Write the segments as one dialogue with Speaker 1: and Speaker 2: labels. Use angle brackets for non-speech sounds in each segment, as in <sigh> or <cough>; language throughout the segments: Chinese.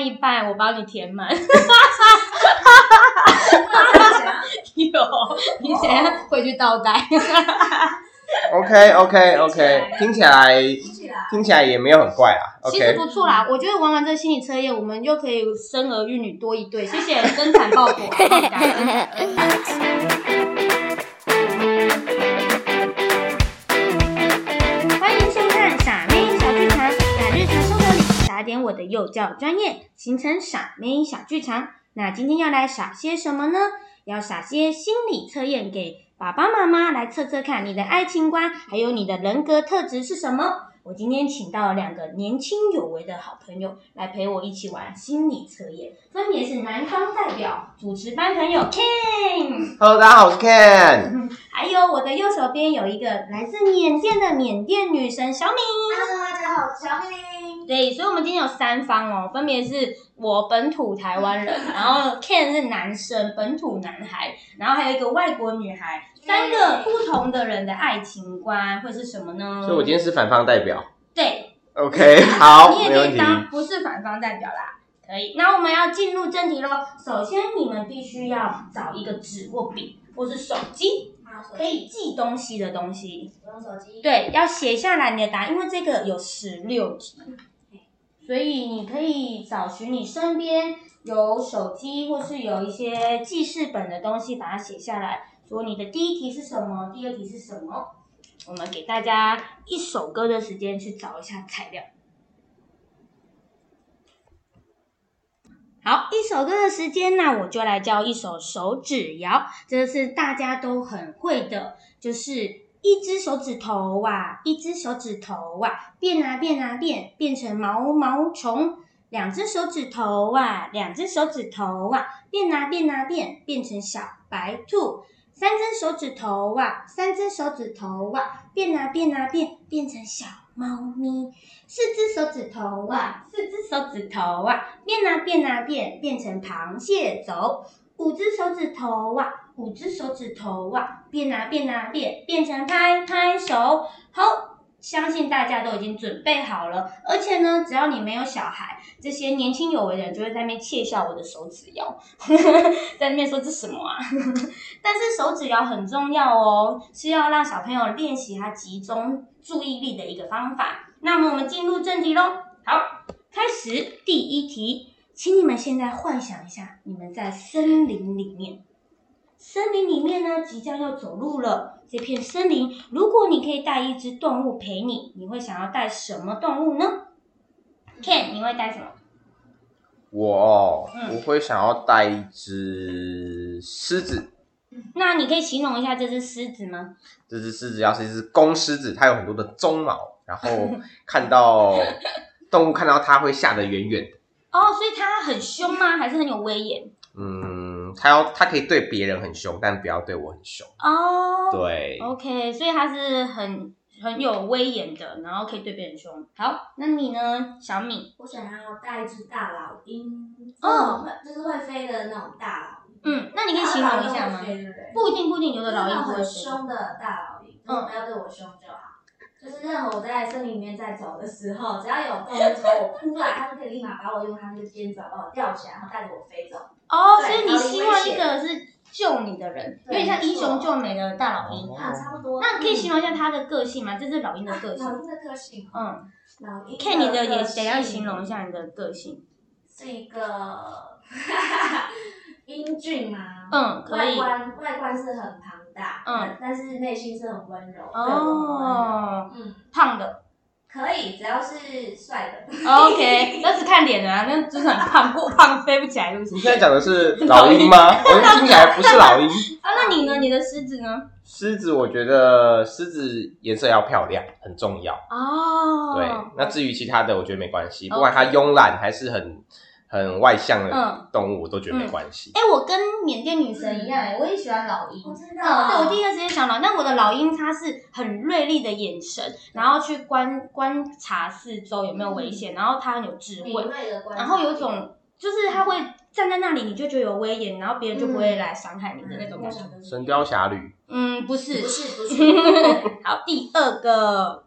Speaker 1: 一半，我帮你填满。 <laughs> 有，你想要回去倒带？
Speaker 2: OK OK <laughs> OK，听
Speaker 3: 听
Speaker 2: 起来
Speaker 3: 听起来
Speaker 2: 听起来也没有很怪啊。
Speaker 1: 其实
Speaker 2: OK，
Speaker 1: 不错啦，我觉得玩完这心理测验，我们就可以生儿育女多一对。谢谢生产报国，欢迎收看《傻妹小剧场》，在日常生活里打点我的幼教专业，形成傻妹小剧场。那今天要来傻些什么呢？要傻些心理测验给爸爸妈妈来测测看你的爱情观，还有你的人格特质是什么。我今天请到了两个年轻有为的好朋友来陪我一起玩心理测验，分别是南方代表主持班朋友 King。
Speaker 2: Hello，大家好，我是 Ken。
Speaker 1: 还有我的右手边有一个来自缅甸的缅甸女神小敏。
Speaker 3: ，Hello，大家好，我是小米。
Speaker 1: 对，所以我们今天有三方哦，分别是我本土台湾人，然后 Ken 是男生，本土男孩，然后还有一个外国女孩，三个不同的人的爱情观会是什么呢？
Speaker 2: 所以我今天是反方代表。
Speaker 1: 对，
Speaker 2: <laughs> OK，好，
Speaker 1: 你也
Speaker 2: 没
Speaker 1: 可
Speaker 2: 问
Speaker 1: 以
Speaker 2: 题。
Speaker 1: 当不是反方代表啦。可以，那我们要进入正题喽。首先，你们必须要找一个纸或笔，或是手机，
Speaker 3: 好，手
Speaker 1: 可以记东西的东西。
Speaker 3: 我用手机。，
Speaker 1: 对，要写下来你的答案，因为这个有十六题，所以你可以找寻你身边有手机或是有一些记事本的东西，把它写下来，说你的第一题是什么，第二题是什么。我们给大家一首歌的时间去找一下材料。好，一首歌的时间，那我就来教一首手指谣，这是大家都很会的，就是一只手指头啊，一只手指头啊，变啊变啊变，变成毛毛虫。两只手指头啊，两只手指头啊，变啊变啊变，变成小白兔。三只手指头啊，三只手指头啊，变啊变啊变，变成小猫咪。四只手指头啊，四只手指头啊，变啊变啊变，变成螃蟹走。五只手指头啊，五只手指头啊，变啊变啊变，变成拍拍手。好，相信大家都已经准备好了，而且呢，只要你没有小孩，这些年轻有为的人就会在那边窃笑我的手指谣， <laughs> 在那边说这什么啊？ <laughs> 但是手指谣很重要哦，是要让小朋友练习他集中注意力的一个方法。那么我们进入正题喽，好，开始第一题。请你们现在幻想一下，你们在森林里面，森林里面呢即将要走路了。这片森林，如果你可以带一只动物陪你，你会想要带什么动物呢？Ken，你会带什么？
Speaker 2: 我哦
Speaker 1: 嗯
Speaker 2: 我会想要带一只狮子，
Speaker 1: 那你可以形容一下这只狮子吗？
Speaker 2: 这只狮子要是一只公狮子，它有很多的鬃毛，然后看到动物看到它会吓得远远的。
Speaker 1: 哦，所以它很凶吗？还是很有威严？
Speaker 2: 嗯，它要它可以对别人很凶，但不要对我很凶。
Speaker 1: 哦
Speaker 2: 对，
Speaker 1: ，OK，所以它是很很有威严的，然后可以对别人凶。好，那你呢，小米？
Speaker 3: 我想要带一只大老鹰，
Speaker 1: 哦
Speaker 3: 哦，就是会飞的那种大老鹰。
Speaker 1: 嗯，那你可以形容一下吗
Speaker 3: 大老鹰？会飞的人
Speaker 1: 不一定，不一定，有的老鹰不会
Speaker 3: 很
Speaker 1: 飞。
Speaker 3: 凶的大老鹰，就是不要对我凶就好。就是任何我在森林里面在走的时候，只要有动物朝我扑来，它就可以立马把我用它那个尖爪把我吊起来，然后带着我飞走。
Speaker 1: 哦，所
Speaker 3: 对
Speaker 1: 以你
Speaker 3: 逃离
Speaker 1: 希
Speaker 3: 危
Speaker 1: 望一
Speaker 3: 险
Speaker 1: 个是救你的人，有
Speaker 3: 对
Speaker 1: 点像
Speaker 3: 没
Speaker 1: 英雄
Speaker 3: 错
Speaker 1: 救美的大老鹰。
Speaker 3: 啊，差不多。
Speaker 1: 那你可以形容一下
Speaker 3: 嗯
Speaker 1: 它的个性吗？这是老鹰的个
Speaker 3: 老
Speaker 1: 性。
Speaker 3: 鹰的个性，
Speaker 1: 嗯，
Speaker 3: 老鹰
Speaker 1: 看你的也
Speaker 3: 个
Speaker 1: 得要形
Speaker 3: 性
Speaker 1: 容一下你的个性。
Speaker 3: 是一
Speaker 1: <laughs>
Speaker 3: 个英俊吗？
Speaker 1: 嗯，可
Speaker 3: 外
Speaker 1: 以。
Speaker 3: 观外观是很庞大，
Speaker 1: 嗯，
Speaker 3: 但是内心是很温柔。对我很温柔
Speaker 1: 哦，
Speaker 3: 嗯，
Speaker 1: 胖的。
Speaker 3: 可以，只要是帅的。
Speaker 1: OK，那 <laughs> 只看脸啊，那就是很胖，过胖飞不起来，是不是
Speaker 2: 你？现在讲的是老鹰吗？ <laughs> 我听起来不是老鹰。
Speaker 1: 啊，那你呢？你的狮子呢？
Speaker 2: 狮子，我觉得狮子颜色要漂亮，很重要。
Speaker 1: 哦，
Speaker 2: 对，那至于其他的，我觉得没关系，
Speaker 1: OK
Speaker 2: 不管它慵懒还是很很外向
Speaker 1: 嗯
Speaker 2: 的动物，我都觉得没关系。
Speaker 1: 哎、我跟缅甸女神一样、哎，我也喜欢老鹰。
Speaker 3: 我知
Speaker 1: 哦，对，
Speaker 3: 道，
Speaker 1: 我第一个时间想到，但我的老鹰它是很锐利的眼神，然后去观观察四周有没有危险，然后它很有智
Speaker 3: 敏
Speaker 1: 慧，
Speaker 3: 锐的观察，
Speaker 1: 然后有种就是它会站在那里，你就觉得有威严，然后别人就不会来伤害你的那种感觉。
Speaker 3: 嗯
Speaker 2: 神雕侠侣，
Speaker 1: 嗯，不是
Speaker 3: 不。
Speaker 1: <laughs>
Speaker 3: 是不是，
Speaker 1: 好，第二个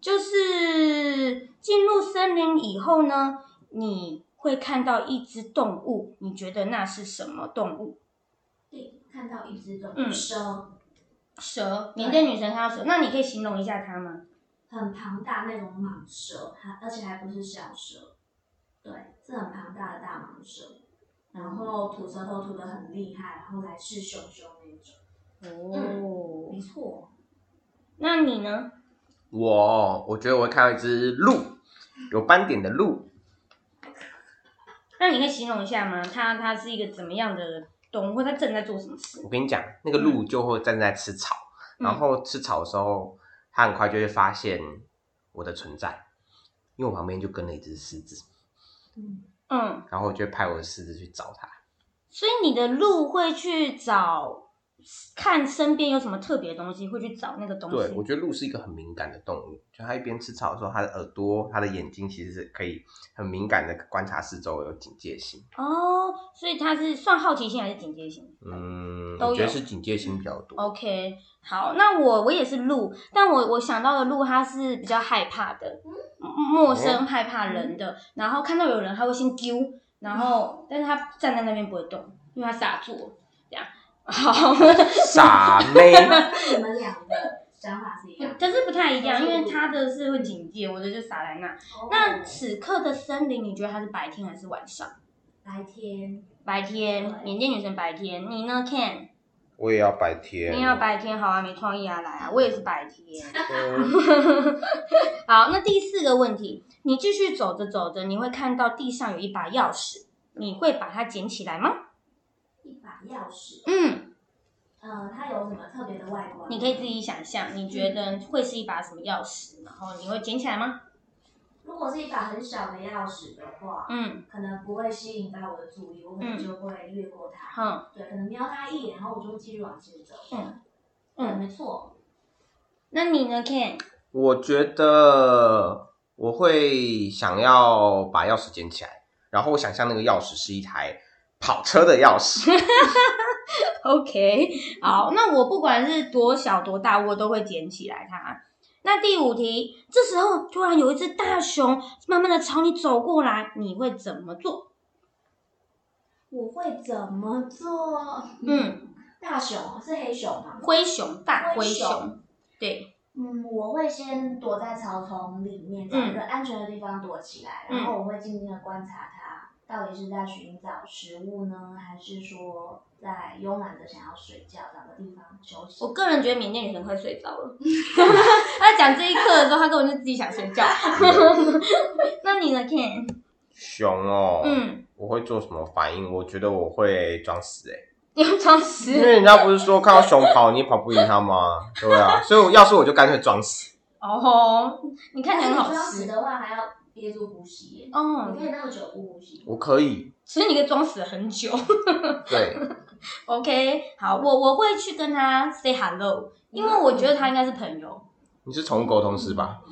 Speaker 1: 就是进入森林以后呢，你。会看到一只动物，你觉得那是什么动物？
Speaker 3: 对，看到一只动物
Speaker 1: 嗯
Speaker 3: 蛇，
Speaker 1: 蛇。
Speaker 3: 对
Speaker 1: 缅甸女神看到蛇，那你可以形容一下它吗？
Speaker 3: 很庞大那种蟒蛇，还而且还不是小蛇，对，是很庞大的大蟒蛇，然后吐舌头吐得很厉害，然后来势汹汹那种。
Speaker 1: 哦
Speaker 3: 没错，
Speaker 1: 那你呢？
Speaker 2: 我我觉得我会看到一只鹿，有斑点的鹿，
Speaker 1: 那你可以形容一下吗？它它是一个怎么样的动物，或它正在做什么事？
Speaker 2: 我跟你讲，那个鹿就会站在吃草，然后吃草的时候，它很快就会发现我的存在，因为我旁边就跟了一只狮子，
Speaker 3: 嗯，
Speaker 1: 嗯，
Speaker 2: 然后我就会派我的狮子去找它。
Speaker 1: 所以你的鹿会去找，看身边有什么特别的东西，会去找那个东西。
Speaker 2: 对，我觉得鹿是一个很敏感的动物，就它一边吃草的时候，它的耳朵、它的眼睛其实是可以很敏感的观察四周，有警戒心。
Speaker 1: 哦，所以它是算好奇心还是警戒心？
Speaker 2: 嗯，
Speaker 1: 都
Speaker 2: 我觉得
Speaker 1: 有哦
Speaker 2: 是警戒心比较多。
Speaker 1: OK，好，那我我也是鹿，但我我想到的鹿，它是比较害怕的，嗯陌生害怕人的，然后看到有人，它会先丢，然后但是它站在那边不会动，因为它傻坐，这样。好，
Speaker 2: <laughs> 傻妹，
Speaker 3: 你们俩的想法是一样的。
Speaker 1: 可是不太一样，因为它的是会警戒，我的就傻在那。那
Speaker 3: 哦
Speaker 1: 此刻的森林，你觉得它是白天还是晚上？
Speaker 3: 白天
Speaker 1: 白天，
Speaker 3: 对
Speaker 1: 缅甸女神白天，你呢，Ken？
Speaker 2: 我也要白天
Speaker 1: 你要白天，好啊，没创意啊，来啊，我也是白天。
Speaker 2: 嗯
Speaker 1: 好，那第四个问题，你继续走着走着，你会看到地上有一把钥匙，你会把它捡起来吗？
Speaker 3: 一把钥匙，
Speaker 1: 嗯，
Speaker 3: 呃，它有什么特别的外观吗？
Speaker 1: 你可以自己想象，你觉得会是一把什么钥匙，然后你会捡起来吗？
Speaker 3: 如果是一把很小的钥匙的话，
Speaker 1: 嗯，
Speaker 3: 可能不会吸引到我的注意，我可能就会略过它。
Speaker 1: 好，
Speaker 3: 对，可能瞄它一眼，然后我就会继续往前走。
Speaker 1: 嗯，
Speaker 3: 对，
Speaker 1: 嗯
Speaker 3: 没错。
Speaker 1: 那你呢，Ken？
Speaker 2: 我觉得我会想要把钥匙捡起来，然后我想象那个钥匙是一台跑车的
Speaker 1: <laughs>
Speaker 2: 钥匙。
Speaker 1: <laughs> OK，好，那我不管是多小多大，我都会捡起来它。那第五题，这时候突然有一只大熊慢慢的朝你走过来，你会怎么做？
Speaker 3: 我会怎么做？
Speaker 1: 嗯，
Speaker 3: 大熊是黑熊吗？
Speaker 1: 灰熊，大灰
Speaker 3: 灰
Speaker 1: 熊，
Speaker 3: 熊
Speaker 1: 对，
Speaker 3: 嗯，我会先躲在草丛里面，找一个安全的地方躲起来，
Speaker 1: 嗯
Speaker 3: 然后我会静静的观察它，到底是在寻找食物呢，还是说在慵懒的想要睡觉，找个地方休息？
Speaker 1: 我个人觉得缅甸女神快睡着了。 <laughs> 她讲这一刻的时候，她根本就自己想睡觉。 <laughs> 那你呢，Ken？
Speaker 2: 熊哦，，
Speaker 1: 嗯，
Speaker 2: 我会做什么反应？我觉得我会装死、欸，
Speaker 1: 你要装
Speaker 2: 因
Speaker 1: 死
Speaker 2: 为人家不是说看到熊跑你也跑不赢它吗？对
Speaker 1: <laughs>
Speaker 2: 啊，所以我要是我就干脆装死。
Speaker 1: 哦吼，你看
Speaker 3: 但
Speaker 1: 起来很
Speaker 3: 是你
Speaker 1: 好
Speaker 3: 装死
Speaker 1: 吃
Speaker 3: 的话，还要憋住呼吸耶，你
Speaker 1: 哦，
Speaker 3: 可以那么久不呼吸。
Speaker 2: 我可以，
Speaker 1: 所以你可以装死很久。 <laughs>
Speaker 2: 对，
Speaker 1: OK，好，我我会去跟他 say hello，因为我觉得他应该是朋友，
Speaker 2: 你是宠物沟通师吧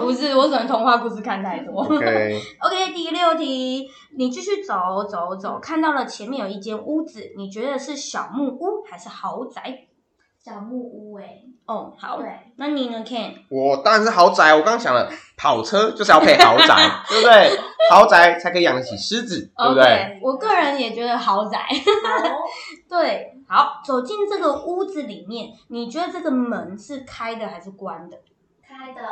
Speaker 1: 不是我可能童话故事看太多。 <laughs>
Speaker 2: ？OK，
Speaker 1: OK，第六题，你继续走走走，看到了前面有一间屋子，你觉得是小木屋还是豪宅？
Speaker 3: 小木屋哎，
Speaker 1: 哦，好，
Speaker 3: 对，
Speaker 1: 那你呢，Ken？
Speaker 2: 我当然是豪宅。我刚刚想了，跑车就是要配豪
Speaker 1: <laughs>
Speaker 2: 宅，对不对？豪宅才可以养得起狮子，对不对
Speaker 1: OK，我嗯个人也觉得豪宅。 <laughs>
Speaker 3: 好，
Speaker 1: 对，好，走进这个屋子里面，你觉得这个门是开的还是关的？
Speaker 3: 开的，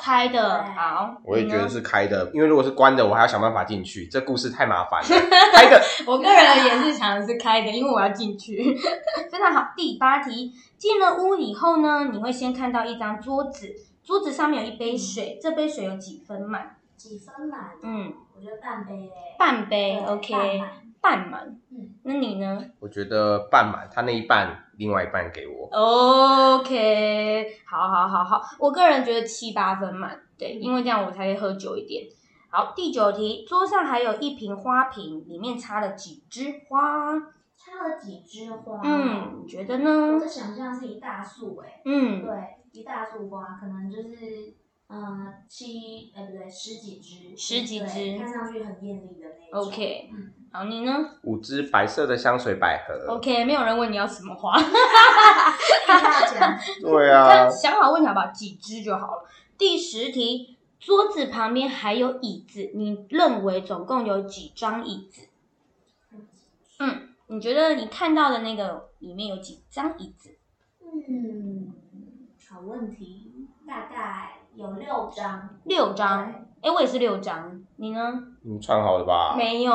Speaker 1: 开的，
Speaker 3: 对
Speaker 1: 好。
Speaker 2: 我也
Speaker 1: 你
Speaker 2: 觉
Speaker 1: 呢
Speaker 2: 得是开的，因为如果是关的，我还要想办法进去，这故事太麻烦了。开的，
Speaker 1: 我个人也是想的是开的，因为我要进去。 <laughs> 非常好，第八题，进了屋以后呢，你会先看到一张桌子，桌子上面有一杯水，这杯水有几分满？
Speaker 3: 几分满？
Speaker 1: 嗯，
Speaker 3: 我觉得半杯哎，
Speaker 1: 半杯
Speaker 3: 对
Speaker 1: ，OK，
Speaker 3: 半满
Speaker 1: 半满。
Speaker 3: 嗯
Speaker 1: 那你呢
Speaker 2: 我觉得半满，他那一半，另外一半给我。
Speaker 1: ？OK，好好好好，我个人觉得七八分满，对，因为这样我才可以喝久一点。好，第九题，桌上还有一瓶花瓶，里面插了几枝花？
Speaker 3: 插了几枝花？
Speaker 1: 嗯，你觉得
Speaker 3: 我
Speaker 1: 呢？
Speaker 3: 的想象是一大束哎。
Speaker 1: 嗯，
Speaker 3: 对，一大束花，可能就是呃七，呃不对，十几只，
Speaker 1: 十几
Speaker 3: 对
Speaker 1: 只
Speaker 3: 看上去很艳丽的那一种。 <laughs>
Speaker 1: OK，
Speaker 3: 嗯
Speaker 1: 好，你呢
Speaker 2: 五只白色的香水百合。
Speaker 1: ？OK，没有人问你要什么花，
Speaker 3: 跟大家讲，
Speaker 2: 对
Speaker 1: 这样 <laughs>
Speaker 2: 啊，
Speaker 1: 想好问题好不好？几支就好了。第十题，桌子旁边还有椅子，你认为总共有几张椅子？嗯，你觉得你看到的那个里面有几张椅子？
Speaker 3: 嗯，好问题，大概有六张。
Speaker 1: 六张。哎，我也是六张，你呢？
Speaker 2: 你串好了吧？
Speaker 1: 没有，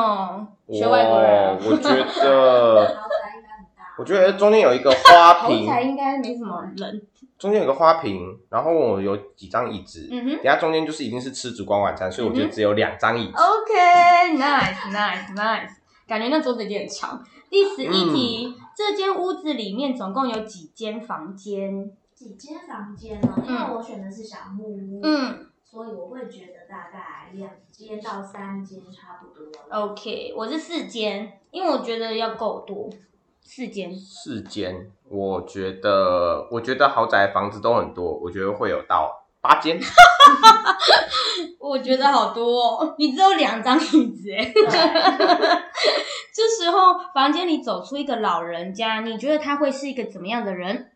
Speaker 1: 学
Speaker 2: 哇
Speaker 1: 外国人。啊
Speaker 2: 我觉
Speaker 3: 对，
Speaker 2: 得， <laughs>
Speaker 3: 豪宅应该很大。
Speaker 2: 我觉得中间有一个花
Speaker 1: 头
Speaker 2: 瓶，
Speaker 1: 才应该没什么人。
Speaker 2: 中间有个花瓶，然后我有几张椅子，
Speaker 1: 嗯哼
Speaker 2: 等一下中间就是一定是吃烛光晚餐，所以我觉
Speaker 1: 嗯
Speaker 2: 得
Speaker 1: 哼
Speaker 2: 只有两张椅子。
Speaker 1: ，OK，nice nice nice，感觉那桌子有点长。第十一题，这间屋子里面总共有几间房间？
Speaker 3: 几间房间呢？因为
Speaker 1: 嗯
Speaker 3: 我选的是小木屋，，
Speaker 1: 嗯
Speaker 3: 所以我会觉得大概两间到三间差不多了。
Speaker 1: ，OK，我是四间，因为我觉得要够多，四间。
Speaker 2: 四间，我觉得，我觉得豪宅房子都很多，我觉得会有到
Speaker 1: <laughs>
Speaker 2: 八间。
Speaker 1: 我觉得好多、哦，你只有两张椅子哎。
Speaker 3: 对，
Speaker 1: 这时候房间里走出一个老人家，你觉得他会是一个怎么样的人？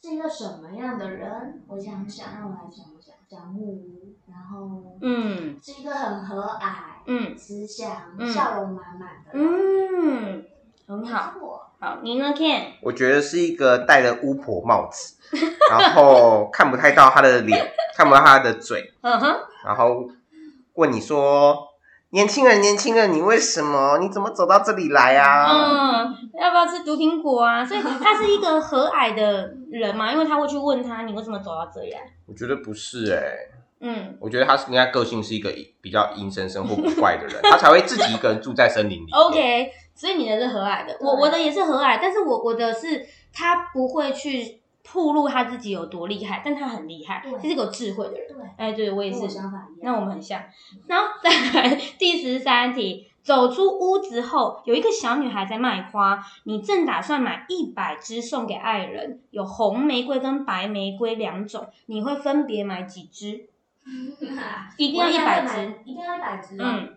Speaker 3: 是一个什么样的人？我想想，让我来想想，小木屋，然后
Speaker 1: 嗯
Speaker 3: 是一个很和蔼、
Speaker 1: 嗯
Speaker 3: 慈祥、
Speaker 1: 嗯
Speaker 3: 笑容满满的人。
Speaker 1: 嗯，很好
Speaker 3: 不错，
Speaker 1: 好，你呢，Ken？
Speaker 2: 我觉得是一个戴着巫婆帽子，然后看不太到他的脸，看不到他的嘴，
Speaker 1: 嗯哼，
Speaker 2: 然后问你说：“年轻人，年轻人，你为什么？你怎么走到这里来啊？”
Speaker 1: 嗯，要不要吃毒苹果啊？所以他是一个和蔼的人嘛，因为他会去问他你为什么走到这里来。
Speaker 2: 我觉得不是哎、
Speaker 1: 嗯
Speaker 2: 我觉得他是应该个性是一个比较阴森森或古怪的人，他才会自己一个人住在森林里。
Speaker 1: ，OK，所以你的是和蔼的，我我的也是和蔼，但是我我的是他不会去暴露他自己有多厉害，但他很厉害，
Speaker 3: 对
Speaker 1: 他是个有智慧的人。
Speaker 3: 对，
Speaker 1: 哎，对我也
Speaker 3: 跟
Speaker 1: 是
Speaker 3: 我，想法一样。
Speaker 1: 那我们
Speaker 3: <laughs>
Speaker 1: 很像。然后再来第十三题，走出屋子后，有一个小女孩在卖花，你正打算买一百支送给爱人，有红玫瑰跟白玫瑰两种，你会分别买几支？一
Speaker 3: 一
Speaker 1: 定要一百
Speaker 3: 支
Speaker 1: 支。，
Speaker 3: 一定要一百支。
Speaker 1: 嗯，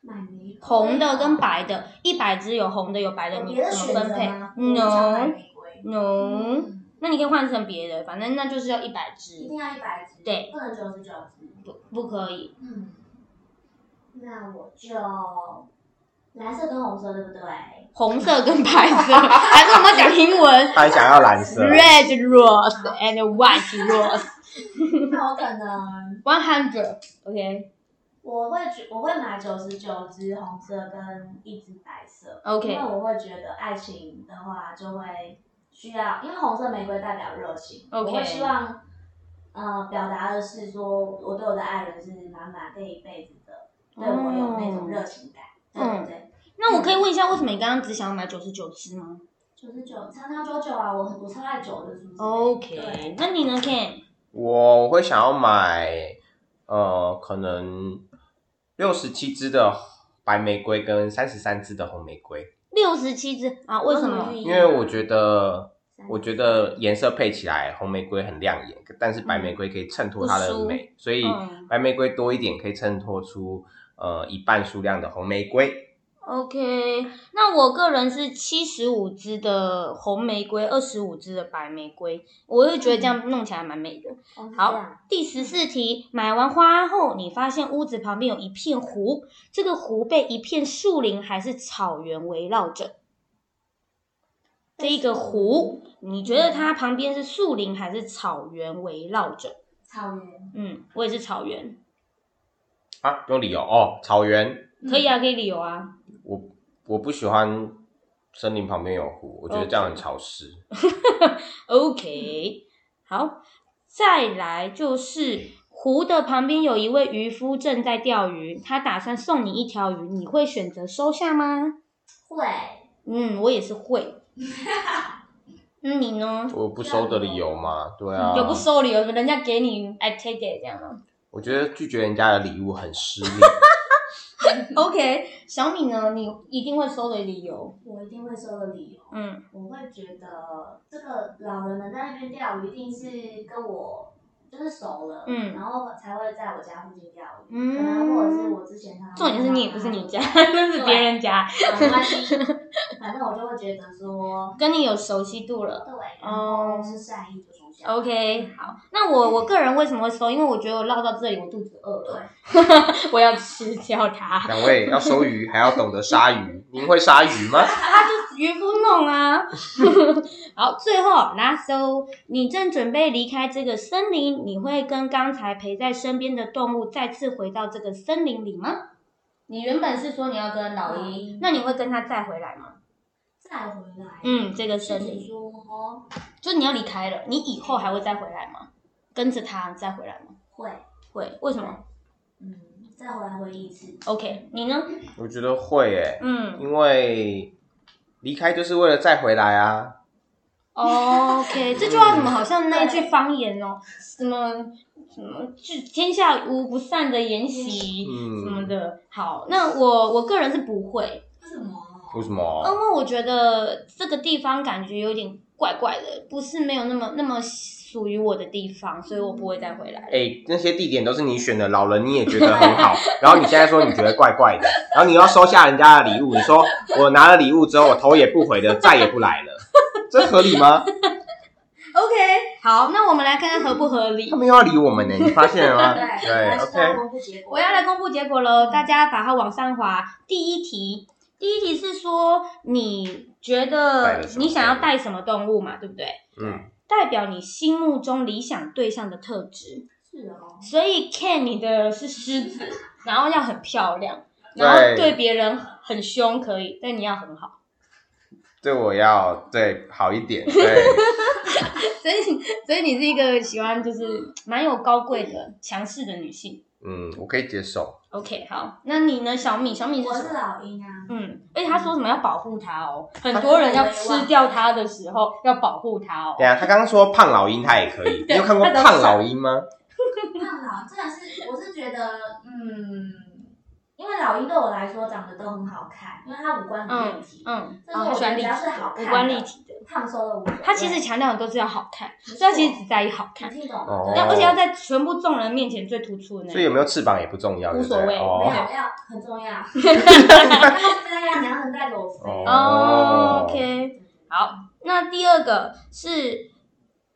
Speaker 3: 买玫瑰，
Speaker 1: 红的跟白的，一百支有红的有白的，
Speaker 3: 有
Speaker 1: 你
Speaker 3: 别的
Speaker 1: 怎么
Speaker 3: 选择
Speaker 1: 分配
Speaker 3: 吗？我想
Speaker 1: ？No
Speaker 3: 买玫瑰。
Speaker 1: No，
Speaker 3: 嗯
Speaker 1: 那你可以换成别的，反正那就是要一百
Speaker 3: 一
Speaker 1: 支
Speaker 3: 定，要一百支，
Speaker 1: 对，
Speaker 3: 不能九十九支。
Speaker 1: 不不可以。
Speaker 3: 嗯，那我就蓝色跟红色，对不对？
Speaker 1: 红色跟白色， <laughs> 还是我们讲英文？
Speaker 2: 他还想要蓝色，
Speaker 1: Red rose and white rose
Speaker 3: 那我可能
Speaker 1: <laughs> one hundred OK
Speaker 3: 我会觉我会买九十九支红色跟一支白色
Speaker 1: OK
Speaker 3: 因为我会觉得爱情的话就会需要，因为红色玫瑰代表热情
Speaker 1: OK
Speaker 3: 我会希望呃表达的是说我对我的爱人是满满这一辈子的，
Speaker 1: 嗯
Speaker 3: 对我有那种热情感，对对对。
Speaker 1: 那我可以问一下，为什么你刚刚只想要买九十九支吗
Speaker 3: 九十九，长长久久啊，我我超爱酒的，是不是
Speaker 1: ？OK，
Speaker 3: 对
Speaker 1: 那你呢，Ken？
Speaker 2: 我会想要买呃，可能六十七支的白玫瑰跟三十三支的红玫瑰，
Speaker 1: 六十七支啊？为什
Speaker 3: 有
Speaker 1: 么？
Speaker 3: 寓意
Speaker 2: 因为我觉得
Speaker 3: 三
Speaker 2: 我觉得颜色配起来红玫瑰很亮眼，但是白玫瑰可以衬托它的美，所以
Speaker 1: 嗯
Speaker 2: 白玫瑰多一点可以衬托出呃一半数量的红玫瑰。
Speaker 1: OK，那我个人是七十五支的红玫瑰，二十五支的白玫瑰，我会觉得这样弄起来蛮美的。
Speaker 3: 哦是这样
Speaker 1: 好，第十四题，买完花后，你发现屋子旁边有一片湖，这个湖被一片树林还是草原围绕着。这一个湖，你觉得它旁边是树林还是草原围绕着？
Speaker 3: 草原
Speaker 1: 嗯，我也是草原，
Speaker 2: 啊，有理由哦，草原，
Speaker 1: 可以啊，可以旅游啊。
Speaker 2: 我我不喜欢森林旁边有湖，我觉得这样
Speaker 1: 哦
Speaker 2: 很潮湿。
Speaker 1: OK，好，再来就是湖的旁边有一位渔夫正在钓鱼，他打算送你一条鱼，你会选择收下吗？
Speaker 3: 会，
Speaker 1: 嗯，我也是
Speaker 3: <laughs>
Speaker 1: 会。那你呢？
Speaker 2: 我不收的理由嘛，对啊，
Speaker 1: 嗯有不收理由，人家给你 I take it 这样
Speaker 3: <laughs>
Speaker 1: 吗
Speaker 2: 我觉得拒绝人家的礼物很失礼。 <laughs>
Speaker 1: ？OK，小米呢？你一定会收的理由。
Speaker 3: 我一定会说的理由。
Speaker 1: 嗯
Speaker 3: 我会觉得这个老人们在那边钓鱼，一定是跟我就是熟了，
Speaker 1: 嗯
Speaker 3: 然后才会在我家附近钓鱼，可能或者是
Speaker 1: 嗯，
Speaker 3: 我嗯之前他
Speaker 1: 重点是你也不是你家，那 <laughs> 是别人家，
Speaker 3: 啊没关
Speaker 1: <laughs>
Speaker 3: 系，反正我就会觉得说，
Speaker 1: 跟你有熟悉度了。
Speaker 3: 对，然后是善意的从
Speaker 1: 哦
Speaker 3: 下。
Speaker 1: OK，好，那我我个人为什么会收？因为我觉得我唠到这里，我肚子 <laughs> 饿了，我要吃掉它。
Speaker 2: 两位要收鱼，还要懂得杀鱼。 <laughs> 您会杀鱼吗？
Speaker 1: 渔夫弄啊！ <laughs> 好，最后拉手，你正准备离开这个森林，你会跟刚才陪在身边的动物再次回到这个森林里吗？你原本是说你要跟老鹰，那你会跟他再回来吗？
Speaker 3: 再回来，
Speaker 1: 嗯，这个
Speaker 3: 是
Speaker 1: 森
Speaker 3: 你
Speaker 1: 林，
Speaker 3: 说哦
Speaker 1: 就你要离开了，你以后还会再回来吗？跟着他再回来吗？
Speaker 3: 会，
Speaker 1: 会，为什么
Speaker 3: 嗯，再回来回忆一次。
Speaker 1: ？OK，你呢？
Speaker 2: 我觉得会诶，
Speaker 1: 嗯
Speaker 2: 因为离开就是为了再回来啊。
Speaker 1: <laughs> ，OK，这句话怎么好像那一句方言哦？什么什么，就天下无不散的筵席
Speaker 2: 嗯
Speaker 1: 什么的。好，那我我个人是不会，
Speaker 3: 为什么？
Speaker 2: 为什
Speaker 1: 因
Speaker 2: 么？
Speaker 1: 为我觉得这个地方感觉有点怪怪的，不是没有那么那么属于我的地方，所以我不会再回来。
Speaker 2: 哎，那些地点都是你选的，老人你也觉得很好， <laughs> 然后你现在说你觉得怪怪的，然后你要收下人家的礼物，你说我拿了礼物之后，我头也不回的再也不来了，这合理吗？
Speaker 1: OK，好，那我们来看看合不合理
Speaker 2: 他。们又要理
Speaker 1: <laughs>
Speaker 2: 我们呢，你发现了吗？对
Speaker 3: 对
Speaker 2: ，OK，
Speaker 3: 公布结果。
Speaker 1: 我要来公布结果了，大家把它往上滑。第一题，第一题是说你觉
Speaker 2: 带
Speaker 1: 得
Speaker 2: 了什么
Speaker 1: 你想要
Speaker 2: 动物
Speaker 1: 带什么动物嘛，对不对？
Speaker 2: 嗯，
Speaker 1: 代表你心目中理想对象的特质。
Speaker 3: 是哦，
Speaker 1: 所以 Ken 你的是狮子，然后要很漂亮，
Speaker 2: 对
Speaker 1: 然后对别人很凶可以，但你要很好。
Speaker 2: 对我要对好一
Speaker 1: <laughs>
Speaker 2: 点，对，
Speaker 1: 所以所以你是一个喜欢就是蛮有高贵的强势的女性。
Speaker 2: 嗯，我可以接受。
Speaker 1: OK，好，那你呢，小米？小米是
Speaker 3: 我
Speaker 1: 什
Speaker 3: 是
Speaker 1: 么？
Speaker 3: 老鹰啊。
Speaker 1: 嗯，而且他说什么要保护它哦，很多人要吃掉它的时候要保护它哦
Speaker 2: 对。啊，他刚刚说胖老鹰他也可以，你有看过胖老鹰吗？
Speaker 3: 胖老真的是，我是觉得，嗯，因为老鹰对我来说长得都很好看，因为它五官很立
Speaker 1: 嗯
Speaker 3: 体，
Speaker 1: 嗯，
Speaker 3: 这是
Speaker 1: 哦
Speaker 3: 我
Speaker 1: 他喜欢
Speaker 3: 觉得
Speaker 1: 立
Speaker 3: 比
Speaker 1: 体
Speaker 3: 较是好
Speaker 1: 的，
Speaker 3: 看
Speaker 1: 五
Speaker 3: 的
Speaker 1: 官立体的。
Speaker 3: 胖瘦的无所谓。
Speaker 1: 他其实强调很多是要好看，
Speaker 3: 没错
Speaker 1: 所以他其实只在意好看，
Speaker 3: 你听懂
Speaker 2: 哦
Speaker 3: 吗？
Speaker 1: 要而且要在全部众人面前最突出的那
Speaker 2: 所以有
Speaker 1: 一
Speaker 2: 没有翅膀也不重要，
Speaker 1: 无所
Speaker 2: 对不
Speaker 1: 谓
Speaker 3: 没
Speaker 2: 对
Speaker 3: 有
Speaker 2: 哦，
Speaker 3: 要很
Speaker 1: <laughs>
Speaker 3: 重要，对呀，你要能带着我飞。
Speaker 1: 个。
Speaker 2: 哦
Speaker 1: 哦，OK，好，那第二个是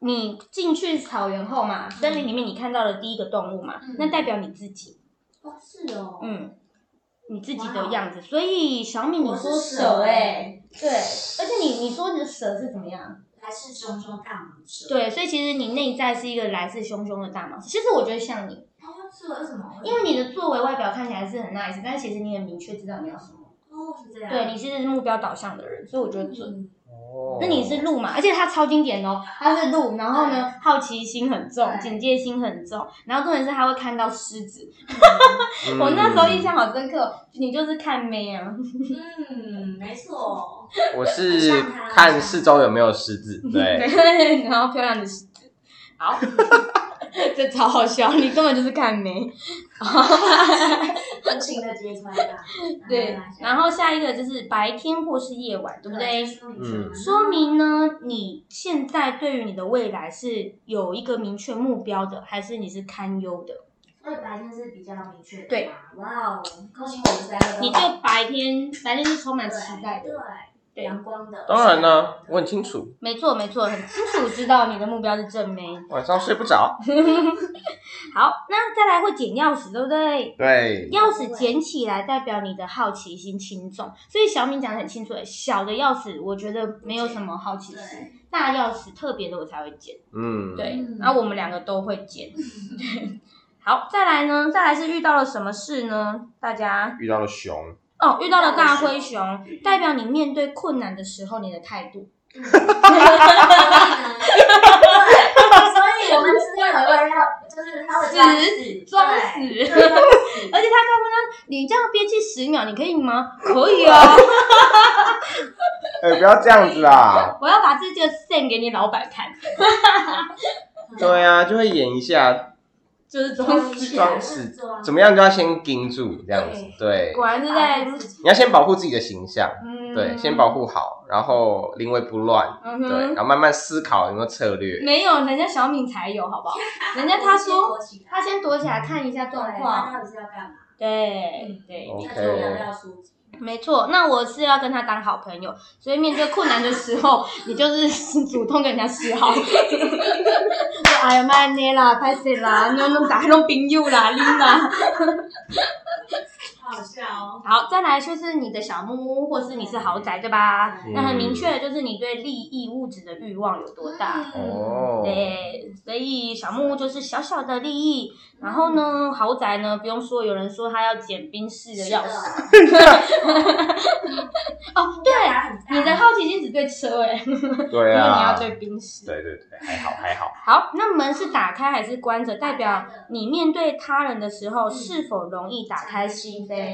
Speaker 1: 你进去草原后嘛，森林里面你看到的第一个动物嘛
Speaker 3: 嗯，
Speaker 1: 那代表你自己，
Speaker 3: 哦，是哦，，
Speaker 1: 嗯，你自己
Speaker 3: 哇
Speaker 1: 的
Speaker 3: 哦
Speaker 1: 样子。所以小米，你
Speaker 3: 我
Speaker 1: 说
Speaker 3: 是
Speaker 1: 蛇
Speaker 3: 蛇
Speaker 1: 哎、
Speaker 3: 欸
Speaker 1: 对，而且你你说你的蛇是怎么样？
Speaker 3: 还是熊熊大蟒蛇。，
Speaker 1: 对，所以其实你内在是一个来势汹汹的大蟒。其实我觉得像你，
Speaker 3: 哦，是为什么？
Speaker 1: 因为你的作为外表看起来是很 nice，但是其实你很明确知道你要什么。
Speaker 3: 哦是这样，
Speaker 1: 对，你是目标导向的人，所以我觉得准。
Speaker 3: 嗯
Speaker 2: 哦嗯
Speaker 1: 那你是鹿嘛？而且它超经典哦，它是鹿，然后呢，好奇心很重，
Speaker 3: 对
Speaker 1: 警戒心很重，然后重点是它会看到狮子。
Speaker 2: 嗯
Speaker 1: 我那时候印象好深刻哦，你就是看妹啊。 <laughs>
Speaker 3: 嗯，没错，
Speaker 2: 我是看四周有没有狮子，对，
Speaker 1: <laughs> 对，然后漂亮的狮子，好， <laughs> 这超好笑，你根本就是看
Speaker 2: 嗯
Speaker 1: 没。
Speaker 3: 温情的揭穿吧。嗯
Speaker 2: 嗯
Speaker 3: 啊
Speaker 1: 对，然后下一个就是白天或是夜晚，对不对？
Speaker 2: 嗯
Speaker 1: 说明呢，你现在对于你的未来是有一个明确目标的，还是你是堪忧的？
Speaker 3: 所以白天是比较明确的。
Speaker 1: 对，
Speaker 3: 哇哦，恭喜我们三个都。
Speaker 1: 你对白天，白天是充满期待
Speaker 3: 对
Speaker 1: 的。对
Speaker 3: 对阳光的。嗯
Speaker 2: 当然呢，我
Speaker 3: <laughs>
Speaker 2: 很清楚，
Speaker 1: 没错，没错，很清楚知道你的目标是正妹。
Speaker 2: 晚上睡不着，
Speaker 1: 好，那再来会捡钥匙，对不对？
Speaker 2: 对，
Speaker 1: 钥匙捡起来代表你的好奇心轻重，所以小敏讲的很清楚，欸小的钥匙我觉得没有什么好奇心，
Speaker 3: 对，
Speaker 1: 大钥匙特别的我才会捡。
Speaker 2: 嗯，
Speaker 1: 对
Speaker 3: 嗯，
Speaker 1: 然后我们两个都会剪。 <laughs> 好，再来呢？再来是遇到了什么事呢？大家
Speaker 2: 遇到了熊，
Speaker 1: 哦，遇到了大灰熊，代表你面对困难的时候你的态度。
Speaker 3: 所以我们之间有一个人要，就是他会装死，
Speaker 1: 装死 <laughs>
Speaker 3: 对对装死
Speaker 1: 而且他告诉他，你这样憋气十秒，你可以吗？可以啊，
Speaker 2: 哎，不要这样子啊
Speaker 1: <laughs>
Speaker 2: 啦，
Speaker 1: 我要把这个 send 给你老板看，
Speaker 2: 对啊，就会演一下，
Speaker 1: 就是装死。
Speaker 2: 装死怎么样就要先盯住这样子，对，
Speaker 1: 果然是在
Speaker 2: 你要先保护自己的形象，
Speaker 1: 嗯，
Speaker 2: 对，先保护好，然后临危不乱，
Speaker 1: 嗯
Speaker 2: 对，然
Speaker 1: 哼，
Speaker 2: 后慢慢思考有没有策略，
Speaker 1: 没有，人家小敏才有，好不 <laughs> 好？人家他说他先躲起来看一下状
Speaker 3: 对，
Speaker 1: 况，
Speaker 3: 他到底是要干嘛？
Speaker 1: 对对，
Speaker 2: 哦
Speaker 1: 没
Speaker 3: 他
Speaker 1: 错
Speaker 3: 就不要出击。
Speaker 1: 没错，那我是要跟他当好朋友，所以面对困难的时候， <laughs> 你就是主动跟人家示好。 <laughs> 就哎呀妈你啦，拍死啦，你弄打弄朋友啦，你啦。
Speaker 3: 好笑哦。
Speaker 1: 好，再来就是你的小木屋，或是你是豪宅，对吧？
Speaker 3: 嗯
Speaker 1: 那很明确的就是你对利益物质的欲望有多大。
Speaker 3: 嗯
Speaker 2: 哦，
Speaker 1: 对，所以小木屋就是小小的利益，然后
Speaker 2: 嗯
Speaker 1: 呢，豪宅呢，不用说，有人说他要捡冰室的
Speaker 3: 是
Speaker 1: 钥
Speaker 3: 的，
Speaker 1: 匙。哦，对啊，
Speaker 3: 很大
Speaker 1: 你的好奇心只对车哎、因为
Speaker 2: 对
Speaker 1: 你 <laughs> 要
Speaker 2: 啊，
Speaker 1: 对冰室。
Speaker 2: 对对对，还好还好，
Speaker 1: 好，那门是打开还是关着，代表
Speaker 3: 打开的
Speaker 1: 你面对他人的时候
Speaker 3: 嗯
Speaker 1: 是否容易打开心扉。
Speaker 2: 哦
Speaker 1: 对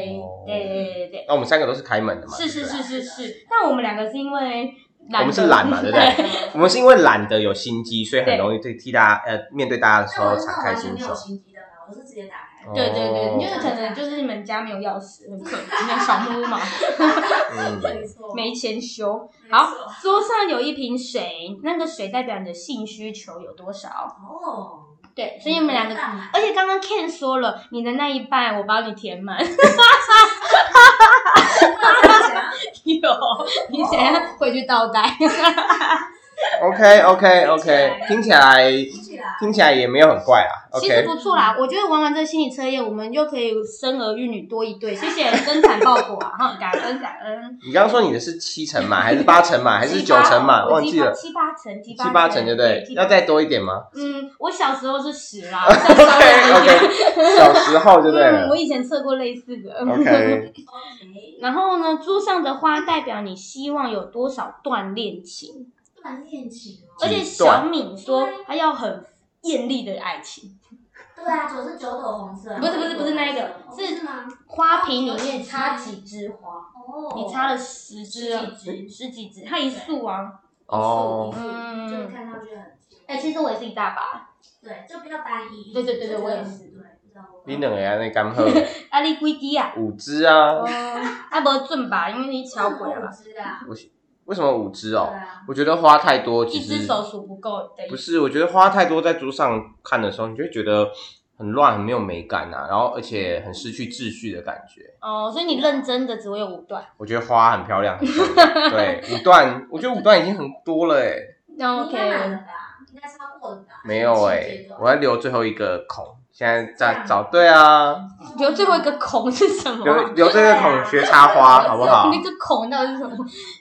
Speaker 1: 对对对，
Speaker 2: 那我们三个都是开门的嘛，
Speaker 1: 是是
Speaker 2: 对不对
Speaker 1: 是是是。但我们两个是因为懒得，
Speaker 2: 我们是懒
Speaker 1: <laughs>
Speaker 2: 嘛对不对我们是因为懒得有心机，所以很
Speaker 1: 对
Speaker 2: 容易对替大家呃面对大家的时
Speaker 3: 那
Speaker 2: 候
Speaker 3: 我是
Speaker 2: 敞
Speaker 3: 那种
Speaker 2: 开
Speaker 3: 完全
Speaker 2: 心
Speaker 3: 没
Speaker 2: 胸
Speaker 3: 有。心机的嘛，我是直接打开。
Speaker 1: 对对对，
Speaker 2: 哦
Speaker 1: 你就是可能就是你们家没有钥匙，很可怜，像小木屋嘛，
Speaker 2: 嗯，
Speaker 3: 没错，
Speaker 1: 没钱修。
Speaker 3: 没错
Speaker 1: 好，桌上有一瓶水，那个水代表你的性需求有多少。
Speaker 3: 哦，
Speaker 1: 对，所以你们两个
Speaker 2: 嗯
Speaker 3: 很棒
Speaker 1: 而且刚刚 Ken 说了，你的那一半我帮你填
Speaker 2: <laughs>
Speaker 1: 满。
Speaker 3: 啊
Speaker 1: 有，你想要回去倒
Speaker 2: <laughs>
Speaker 1: 带？
Speaker 2: OK OK OK，听
Speaker 3: 听
Speaker 2: 起来
Speaker 3: 听起来
Speaker 2: 听起来也没有很怪啦。
Speaker 1: 其实
Speaker 2: OK，
Speaker 1: 不错啦，我觉得玩完这个心理测验，我们就可以生儿育女多一对。谢谢生产报国啊，哈，感恩感恩。
Speaker 2: 你刚刚说你的是七成满，还是八成 <laughs> 满，还是
Speaker 1: 七八
Speaker 2: 九成满？
Speaker 1: 我
Speaker 2: 忘记了，
Speaker 1: 七八七八成，七
Speaker 2: 七八成对不对？要再多一点吗
Speaker 1: 嗯，我小时候是十
Speaker 2: <laughs>
Speaker 1: 啦
Speaker 2: ？OK OK，小时候就对
Speaker 1: 嗯，
Speaker 2: <laughs> 了
Speaker 1: 我。以前测过类似的。
Speaker 2: 嗯 OK，
Speaker 3: ，OK，
Speaker 1: 然后呢，桌上的花代表你希望有多少段恋情，
Speaker 3: 锻炼情哦。
Speaker 1: 而且小敏说她要很艳丽的爱情。
Speaker 3: 对啊，九十九朵红色。
Speaker 1: 不是不是不是那一个
Speaker 3: 哦
Speaker 1: 是
Speaker 3: 是吗？
Speaker 1: 花瓶里面插几枝花，
Speaker 3: 哦，
Speaker 1: 你插了十枝啊，
Speaker 3: 十几
Speaker 1: 十几枝，它一束啊。
Speaker 2: 哦
Speaker 3: 一束
Speaker 1: 嗯
Speaker 3: 一束就是看上去很
Speaker 1: 哎、其实我也是一大把。
Speaker 3: 对，就比较单一。
Speaker 1: 对对对对
Speaker 3: 就觉得
Speaker 1: 我也是
Speaker 3: 对，不知道我
Speaker 2: 你两个人那刚 <laughs> 喝
Speaker 1: 啊，你几枝啊？
Speaker 2: 五支啊
Speaker 1: 哦？， <laughs> 啊无准吧，因为你敲啊过了
Speaker 3: 了
Speaker 1: 吧，
Speaker 3: 吧？
Speaker 2: 为什么五支
Speaker 3: 对
Speaker 2: 哦？
Speaker 3: 啊，
Speaker 2: 我觉得花太多，其
Speaker 1: 一只
Speaker 2: 实
Speaker 1: 手数不够的意思。
Speaker 2: 不是，我觉得花太多在桌上看的时候，你就会觉得很乱，很没有美感啊，然后而且很失去秩序的感觉。
Speaker 1: 哦，所以你认真的只会有五段，
Speaker 2: 我觉得花很漂亮，很漂亮
Speaker 1: <laughs>
Speaker 2: 对五段，我觉得五段已经很多了哎、
Speaker 1: 那
Speaker 3: 你应该
Speaker 1: 哦
Speaker 3: 买了
Speaker 1: OK。
Speaker 3: 吧？应该超过了吧？
Speaker 2: 没有哎、
Speaker 3: 现阶段
Speaker 2: 我还留最后一个孔，现在在
Speaker 3: 这
Speaker 1: <laughs>
Speaker 3: 样
Speaker 2: 找。对啊，
Speaker 1: 留最后一个孔是什么
Speaker 2: 留
Speaker 1: 啊？
Speaker 2: 留这个孔学插花好不
Speaker 1: <laughs>
Speaker 2: 好？
Speaker 1: 那个孔到底是什么？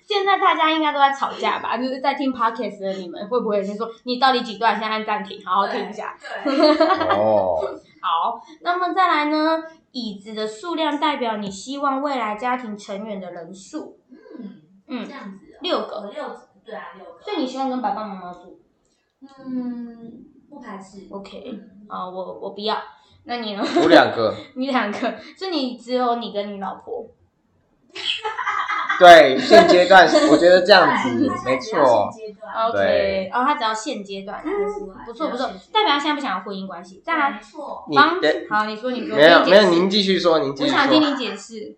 Speaker 1: 现在大家应该都在吵架吧？就是在听 podcast 的你们，会不会就说你到底几段？先按暂停，好好听一下。
Speaker 3: 对，
Speaker 1: <laughs>
Speaker 2: 哦，
Speaker 1: 好，那么再来呢？椅子的数量代表你希望未来家庭成员的人数，
Speaker 3: 嗯，
Speaker 1: 嗯
Speaker 3: 这，样子哦
Speaker 1: 六个
Speaker 3: 我六个，对啊，六个。
Speaker 1: 所以你希望跟爸爸妈妈住
Speaker 3: 嗯，不排斥。
Speaker 1: ？OK，啊、我我不要。那你呢？ <laughs>
Speaker 2: 我两个，
Speaker 1: 你两个，就你只有你跟你老婆。
Speaker 2: <laughs> 对，现阶段我觉得这样子
Speaker 3: 对
Speaker 2: 没错，。
Speaker 3: 他
Speaker 1: OK，
Speaker 2: 对
Speaker 1: 哦，他只要现阶段，嗯，不错不错，代表他现在不想要婚姻关系。再
Speaker 3: 然
Speaker 1: 来
Speaker 3: 没，错，
Speaker 2: 你
Speaker 1: 帮
Speaker 2: 的
Speaker 1: 好，你说你说，
Speaker 2: 没有
Speaker 1: 听你
Speaker 2: 没
Speaker 1: 解
Speaker 2: 有，
Speaker 1: 释
Speaker 2: 您继续说，您继
Speaker 1: 我
Speaker 2: 续说。
Speaker 1: 想听你解释。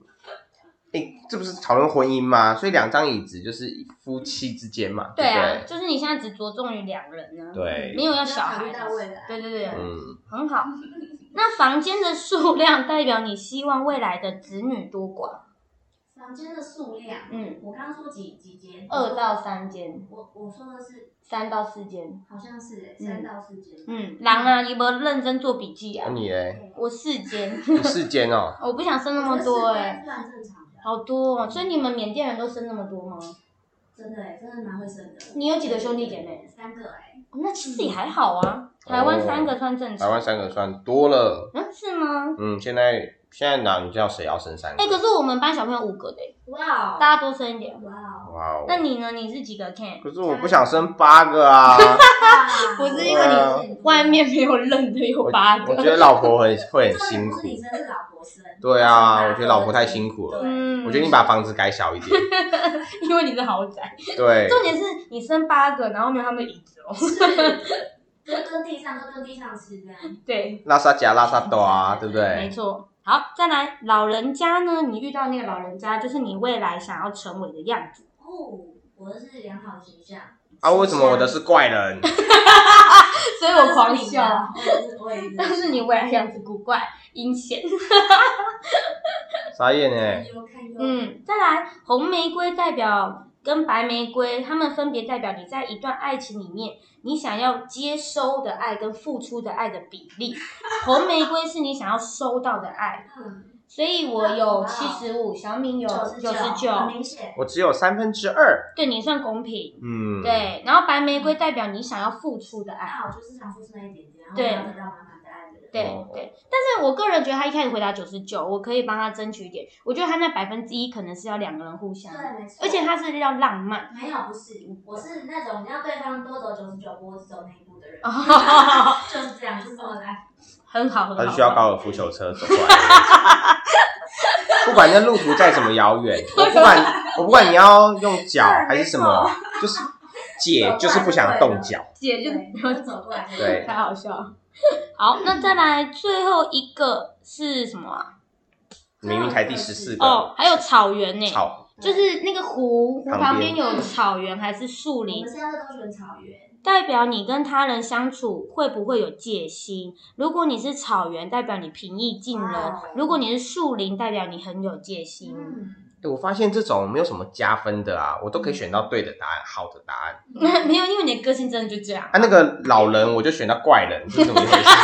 Speaker 2: 诶，这不是讨论婚姻吗？所以两张椅子就是夫妻之间嘛，
Speaker 1: 对
Speaker 2: 对不
Speaker 1: 啊，就是你现在只着重于两人呢，
Speaker 2: 对
Speaker 1: 没有要小孩
Speaker 3: 要考虑到未来，
Speaker 1: 对对对，
Speaker 2: 对，嗯，
Speaker 1: 很好。 <laughs> 那房间的数量代表你希望未来的子女多寡，
Speaker 3: 房间的数量，
Speaker 1: 嗯，
Speaker 3: 我刚刚说几几间？
Speaker 1: 二到三间，
Speaker 3: 我我说的是
Speaker 1: 三到四间。
Speaker 3: 好像是欸
Speaker 1: 嗯
Speaker 3: 三到四间。
Speaker 1: 嗯，狼啊，你有没有认真做笔记
Speaker 2: 那
Speaker 1: 啊？
Speaker 2: 你嘞？
Speaker 3: 对，
Speaker 1: 我四间， <laughs>
Speaker 2: 你世间哦，
Speaker 1: 我不想生那么多哎、
Speaker 3: 哎，算正常的，
Speaker 1: 好多哦。所以你们缅甸人都生那么多吗？
Speaker 3: 真的哎，真的蛮会生的。
Speaker 1: 你有几个兄弟姐妹？
Speaker 3: 三个哎，
Speaker 1: 哦那其实也还好啊，台湾三个算正
Speaker 2: 哦台
Speaker 1: 常。
Speaker 2: 湾三个算多了，
Speaker 1: 嗯，是吗？
Speaker 2: 嗯，现在现在哪你知道谁啊要生三个？
Speaker 1: 哎、可是我们班小朋友五个的、
Speaker 3: 哇哦，
Speaker 1: 大家多生一点。
Speaker 3: 哇哦，
Speaker 2: 哇哦，
Speaker 1: 那你呢？你是几个 Ken？
Speaker 2: 可是我不想生八
Speaker 1: <laughs>
Speaker 2: 个啊，
Speaker 3: 哇
Speaker 1: 不是因为你
Speaker 3: 对啊
Speaker 1: 外面没有认的有
Speaker 2: 我
Speaker 1: 八个
Speaker 2: 我觉。得老婆很会很辛
Speaker 1: <laughs>
Speaker 3: 重点不
Speaker 2: 苦
Speaker 3: 是，你生是老婆生。
Speaker 2: 对啊，我觉得老婆太辛苦了，
Speaker 1: <laughs> 嗯
Speaker 2: 我觉得你把房子改小一点，
Speaker 1: 因为你是豪宅。
Speaker 2: 对，
Speaker 1: 重点是你生八个，然后没有他们的椅子哦。
Speaker 3: 都蹲地上，都蹲地上吃这样。
Speaker 1: 对，
Speaker 2: 拉萨加拉萨多啊，对不
Speaker 1: 没
Speaker 2: 对？
Speaker 1: 错。好，再来老人家呢？你遇到那个老人家，就是你未来想要成为的样 <laughs> 子。
Speaker 3: 哦，我的是良好的形象。
Speaker 2: 啊，为什么我的是怪
Speaker 1: <laughs>
Speaker 2: 人？
Speaker 1: 所以我狂笑。
Speaker 3: 我也是，我也是。
Speaker 1: 但是你未来样子古怪、阴险，
Speaker 2: 傻眼
Speaker 3: 看
Speaker 2: 哎，
Speaker 3: 又看又，
Speaker 1: 嗯，再来，红玫瑰代表跟白玫瑰，它们分别代表你在一段爱情里面，你想要接收的爱跟付出的爱的比例。红玫瑰是你想要收到的爱，
Speaker 3: 嗯，
Speaker 1: 所以我有七十五，小敏有九十
Speaker 3: 九，很
Speaker 1: 九，
Speaker 3: 明显，
Speaker 2: 我只有三分之二，
Speaker 1: 对你算公平。
Speaker 2: 嗯，，
Speaker 1: 对，然后白玫瑰代表你想要付出的爱。
Speaker 3: 那我就是想付出那一点点，然后
Speaker 1: 对
Speaker 3: 要得到满满的爱的人。
Speaker 1: 对
Speaker 2: 哦
Speaker 1: 对，但是我个人觉得他一开始回答九十九，我可以帮他争取一点。我觉得他那百分之一可能是要两个人互相，
Speaker 3: 对，没错。
Speaker 1: 而且他是要浪漫。
Speaker 3: 没有，不是，我是那种你要对方多走九十九步，我只走那一
Speaker 1: <laughs>
Speaker 3: 步的人，
Speaker 1: 哦
Speaker 3: 就是这样，就是这么来。
Speaker 1: 很好，很好。
Speaker 2: 他就需要高尔夫球车走过
Speaker 1: <laughs>
Speaker 2: 来。不管那路途再怎么遥
Speaker 1: <laughs>
Speaker 2: 远，我不
Speaker 1: 啊
Speaker 2: 管我不管你要用脚还是什么，就是姐就是不想动脚。
Speaker 1: 姐 <laughs> 就
Speaker 3: 对，我就走过来。
Speaker 2: 对
Speaker 1: <laughs> 太好笑了。好，那再来最后一个是什么啊？
Speaker 2: 明明才第十四个，
Speaker 1: 哦，哎还有草原呢、
Speaker 2: 草
Speaker 1: 就是那个湖，湖旁
Speaker 2: 旁
Speaker 1: 边
Speaker 2: 边
Speaker 1: 有草原还是树
Speaker 3: 我
Speaker 1: 林
Speaker 3: 们，现在都选草原，
Speaker 1: 代表你跟他人相处会不会有戒心。如果你是草原，代表你平易近人
Speaker 3: 哇哦；
Speaker 1: 如果你是树林，代表你很有戒心。
Speaker 3: 嗯，
Speaker 2: 欸我发现这种没有什么加分的啊，我都可以选到对的答案，好的答案。
Speaker 1: 那 <laughs> 没有，因为你的个性真的就这样，
Speaker 2: 啊，那个老人我就选到怪人，是怎么一
Speaker 1: <laughs>
Speaker 2: 回事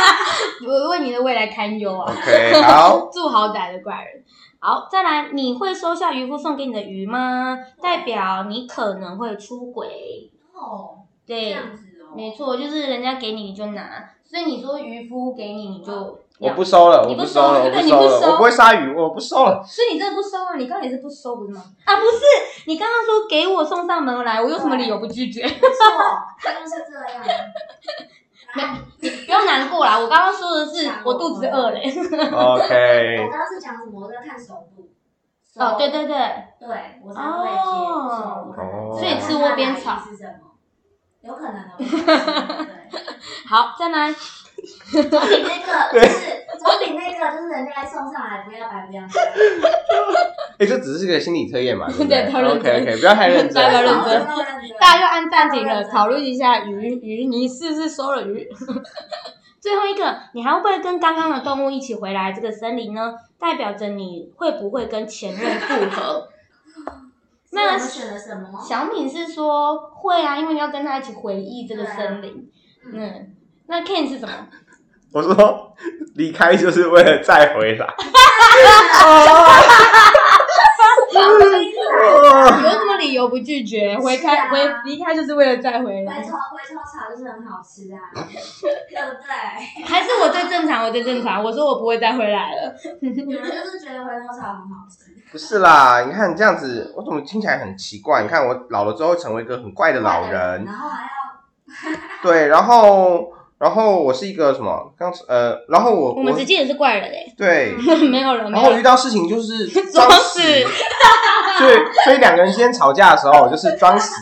Speaker 1: 我为你的未来堪忧啊。
Speaker 2: ？OK，好，
Speaker 1: 住豪宅的怪人。好，再来，你会收下渔夫送给你的鱼吗？代表你可能会出轨。
Speaker 3: 哦，这
Speaker 1: 对，
Speaker 3: 样子哦，
Speaker 1: 没错，就是人家给你你就拿，所以你说渔夫给你你就
Speaker 2: 我
Speaker 1: 要
Speaker 2: 不，收了，
Speaker 1: 你
Speaker 2: 我
Speaker 1: 不收
Speaker 2: 收了，我
Speaker 1: 对你
Speaker 2: 收
Speaker 1: 不
Speaker 2: 了，
Speaker 1: 收
Speaker 2: 我不会杀鱼，我不收了。
Speaker 1: 所以你真的不收啊？你刚刚也是不收不是吗？啊，不是，你刚刚说给我送上门来，我有什么理由不拒绝？
Speaker 3: 没错，就是这样。
Speaker 1: 你 <laughs> 不要难过啦，我刚刚说的是
Speaker 3: 想我
Speaker 1: 我肚子饿嘞。
Speaker 3: 我
Speaker 2: <laughs> OK，
Speaker 3: 刚刚是讲什么？我在看手部。
Speaker 1: <laughs>
Speaker 3: 手
Speaker 1: 哦，对，对对，
Speaker 3: 对我才会接
Speaker 2: 哦
Speaker 3: 受。
Speaker 2: 所以
Speaker 1: 吃窝边草
Speaker 3: 是什么？有可能的。我不知道对，
Speaker 1: 好，再来， <laughs>
Speaker 3: 总比那个就是总比那个就是人家送上来不要白不要白。
Speaker 2: 哎，这只是个心理测验嘛，对不对
Speaker 1: <laughs> 对不要认真
Speaker 2: OK OK，不要太
Speaker 1: <laughs>
Speaker 2: 认真
Speaker 1: 大家不要认
Speaker 3: 好
Speaker 1: 真
Speaker 3: 真的认真
Speaker 1: 大家就按暂停了，
Speaker 3: 嗯
Speaker 1: 讨论一下鱼鱼，你是不是收了鱼？ <laughs> 最后一个，你还会不会跟刚刚的动物一起回来这个森林呢？代表着你会不会跟前任复 <laughs> 合？
Speaker 3: 所以我们选了什么？
Speaker 1: 小敏是说会啊，因为你要跟他一起回忆这个森林。
Speaker 3: 嗯，
Speaker 1: 嗯，那 Ken 是什么？
Speaker 2: <laughs> 我说离开就是为了再回
Speaker 1: <laughs>
Speaker 2: 来。哦
Speaker 1: 有什么理由不拒绝？回
Speaker 3: 是
Speaker 1: 开
Speaker 3: 啊
Speaker 1: 回离开就是为了再回
Speaker 3: 回
Speaker 1: 来
Speaker 3: 头，回头草就是很好吃啊，对不对？
Speaker 1: 还是我最正常，我最正常。我说我不会再回来了。
Speaker 3: 有人就是觉得回头草很好吃，
Speaker 2: 不是啦，你看这样子，我怎么听起来很奇怪？你看我老了之后会成为一个很怪的老
Speaker 1: 啊
Speaker 2: 人，
Speaker 3: 然后还要
Speaker 2: 对，然后然后我是一个什么？刚呃，然后我
Speaker 1: 我们直
Speaker 2: 我
Speaker 1: 接也是怪人哎、
Speaker 2: 对，
Speaker 1: <laughs> 没有人，没
Speaker 2: 然
Speaker 1: 有
Speaker 2: 后
Speaker 1: 人
Speaker 2: 遇。到事情就是
Speaker 1: 装
Speaker 2: 装
Speaker 1: 死
Speaker 2: 死， <laughs> 所以所以两个人之间吵架的时候，我就是装死。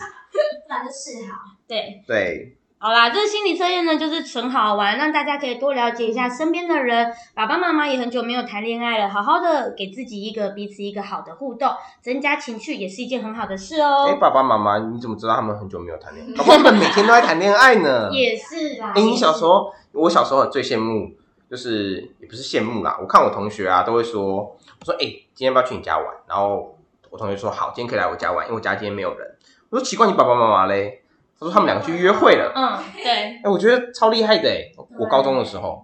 Speaker 3: 不然就示好。
Speaker 1: 对，
Speaker 2: 对，
Speaker 1: 好啦，这个心理测验呢，就是纯好玩，让大家可以多了解一下身边的人。爸爸妈妈也很久没有谈恋爱了，好好的给自己一个彼此一个好的互动，增加情趣也是一件很好的事
Speaker 2: 哎，
Speaker 1: 哦。嗯
Speaker 2: 爸爸妈妈，你怎么知道他们很久没有谈恋爱？宝宝们每天都在谈恋爱呢。
Speaker 1: <laughs> 也是啦。
Speaker 2: 哎，你小时候，我小时候最羡慕，就是也不是羡慕啦，我看我同学啊，都会说，我说哎，今天要不要去你家玩？然后我同学说好，今天可以来我家玩，因为我家今天没有人。我说奇怪，你爸爸妈妈嘞？他说他们两个去约会了。
Speaker 1: 嗯，对，
Speaker 2: 哎，我觉得超厉害的哎！我高中的时候，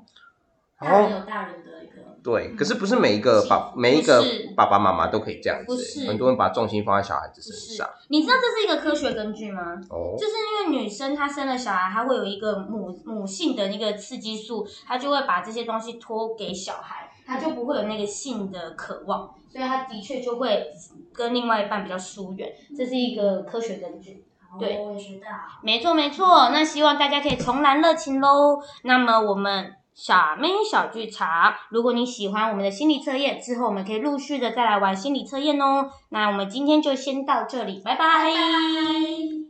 Speaker 2: 然
Speaker 3: 大
Speaker 2: 后
Speaker 3: 人有大人的一个，
Speaker 2: 对，
Speaker 3: 嗯
Speaker 2: 可是不是每一个爸每一个
Speaker 1: 不是
Speaker 2: 爸爸妈妈都可以这样
Speaker 1: 不
Speaker 2: 子
Speaker 1: 是
Speaker 2: 欸，很多人把重心放在小孩子
Speaker 1: 就
Speaker 2: 身
Speaker 1: 是
Speaker 2: 上。。
Speaker 1: 你知道这是一个科学根据吗？
Speaker 2: 哦
Speaker 1: 就，是因为女生她生了小孩，她会有一个母母性的那个刺激素，她就会把这些东西托给小孩，她就不会有那个性的渴望，所以她的确就会跟另外一半比较疏远，这是一个科学根据。对
Speaker 3: 哦我也学到。
Speaker 1: 没错没错，那希望大家可以重燃热情喽。那么我们傻妹小剧场，如果你喜欢我们的心理测验，之后我们可以陆续的再来玩心理测验哦。那我们今天就先到这里，拜拜
Speaker 3: 拜拜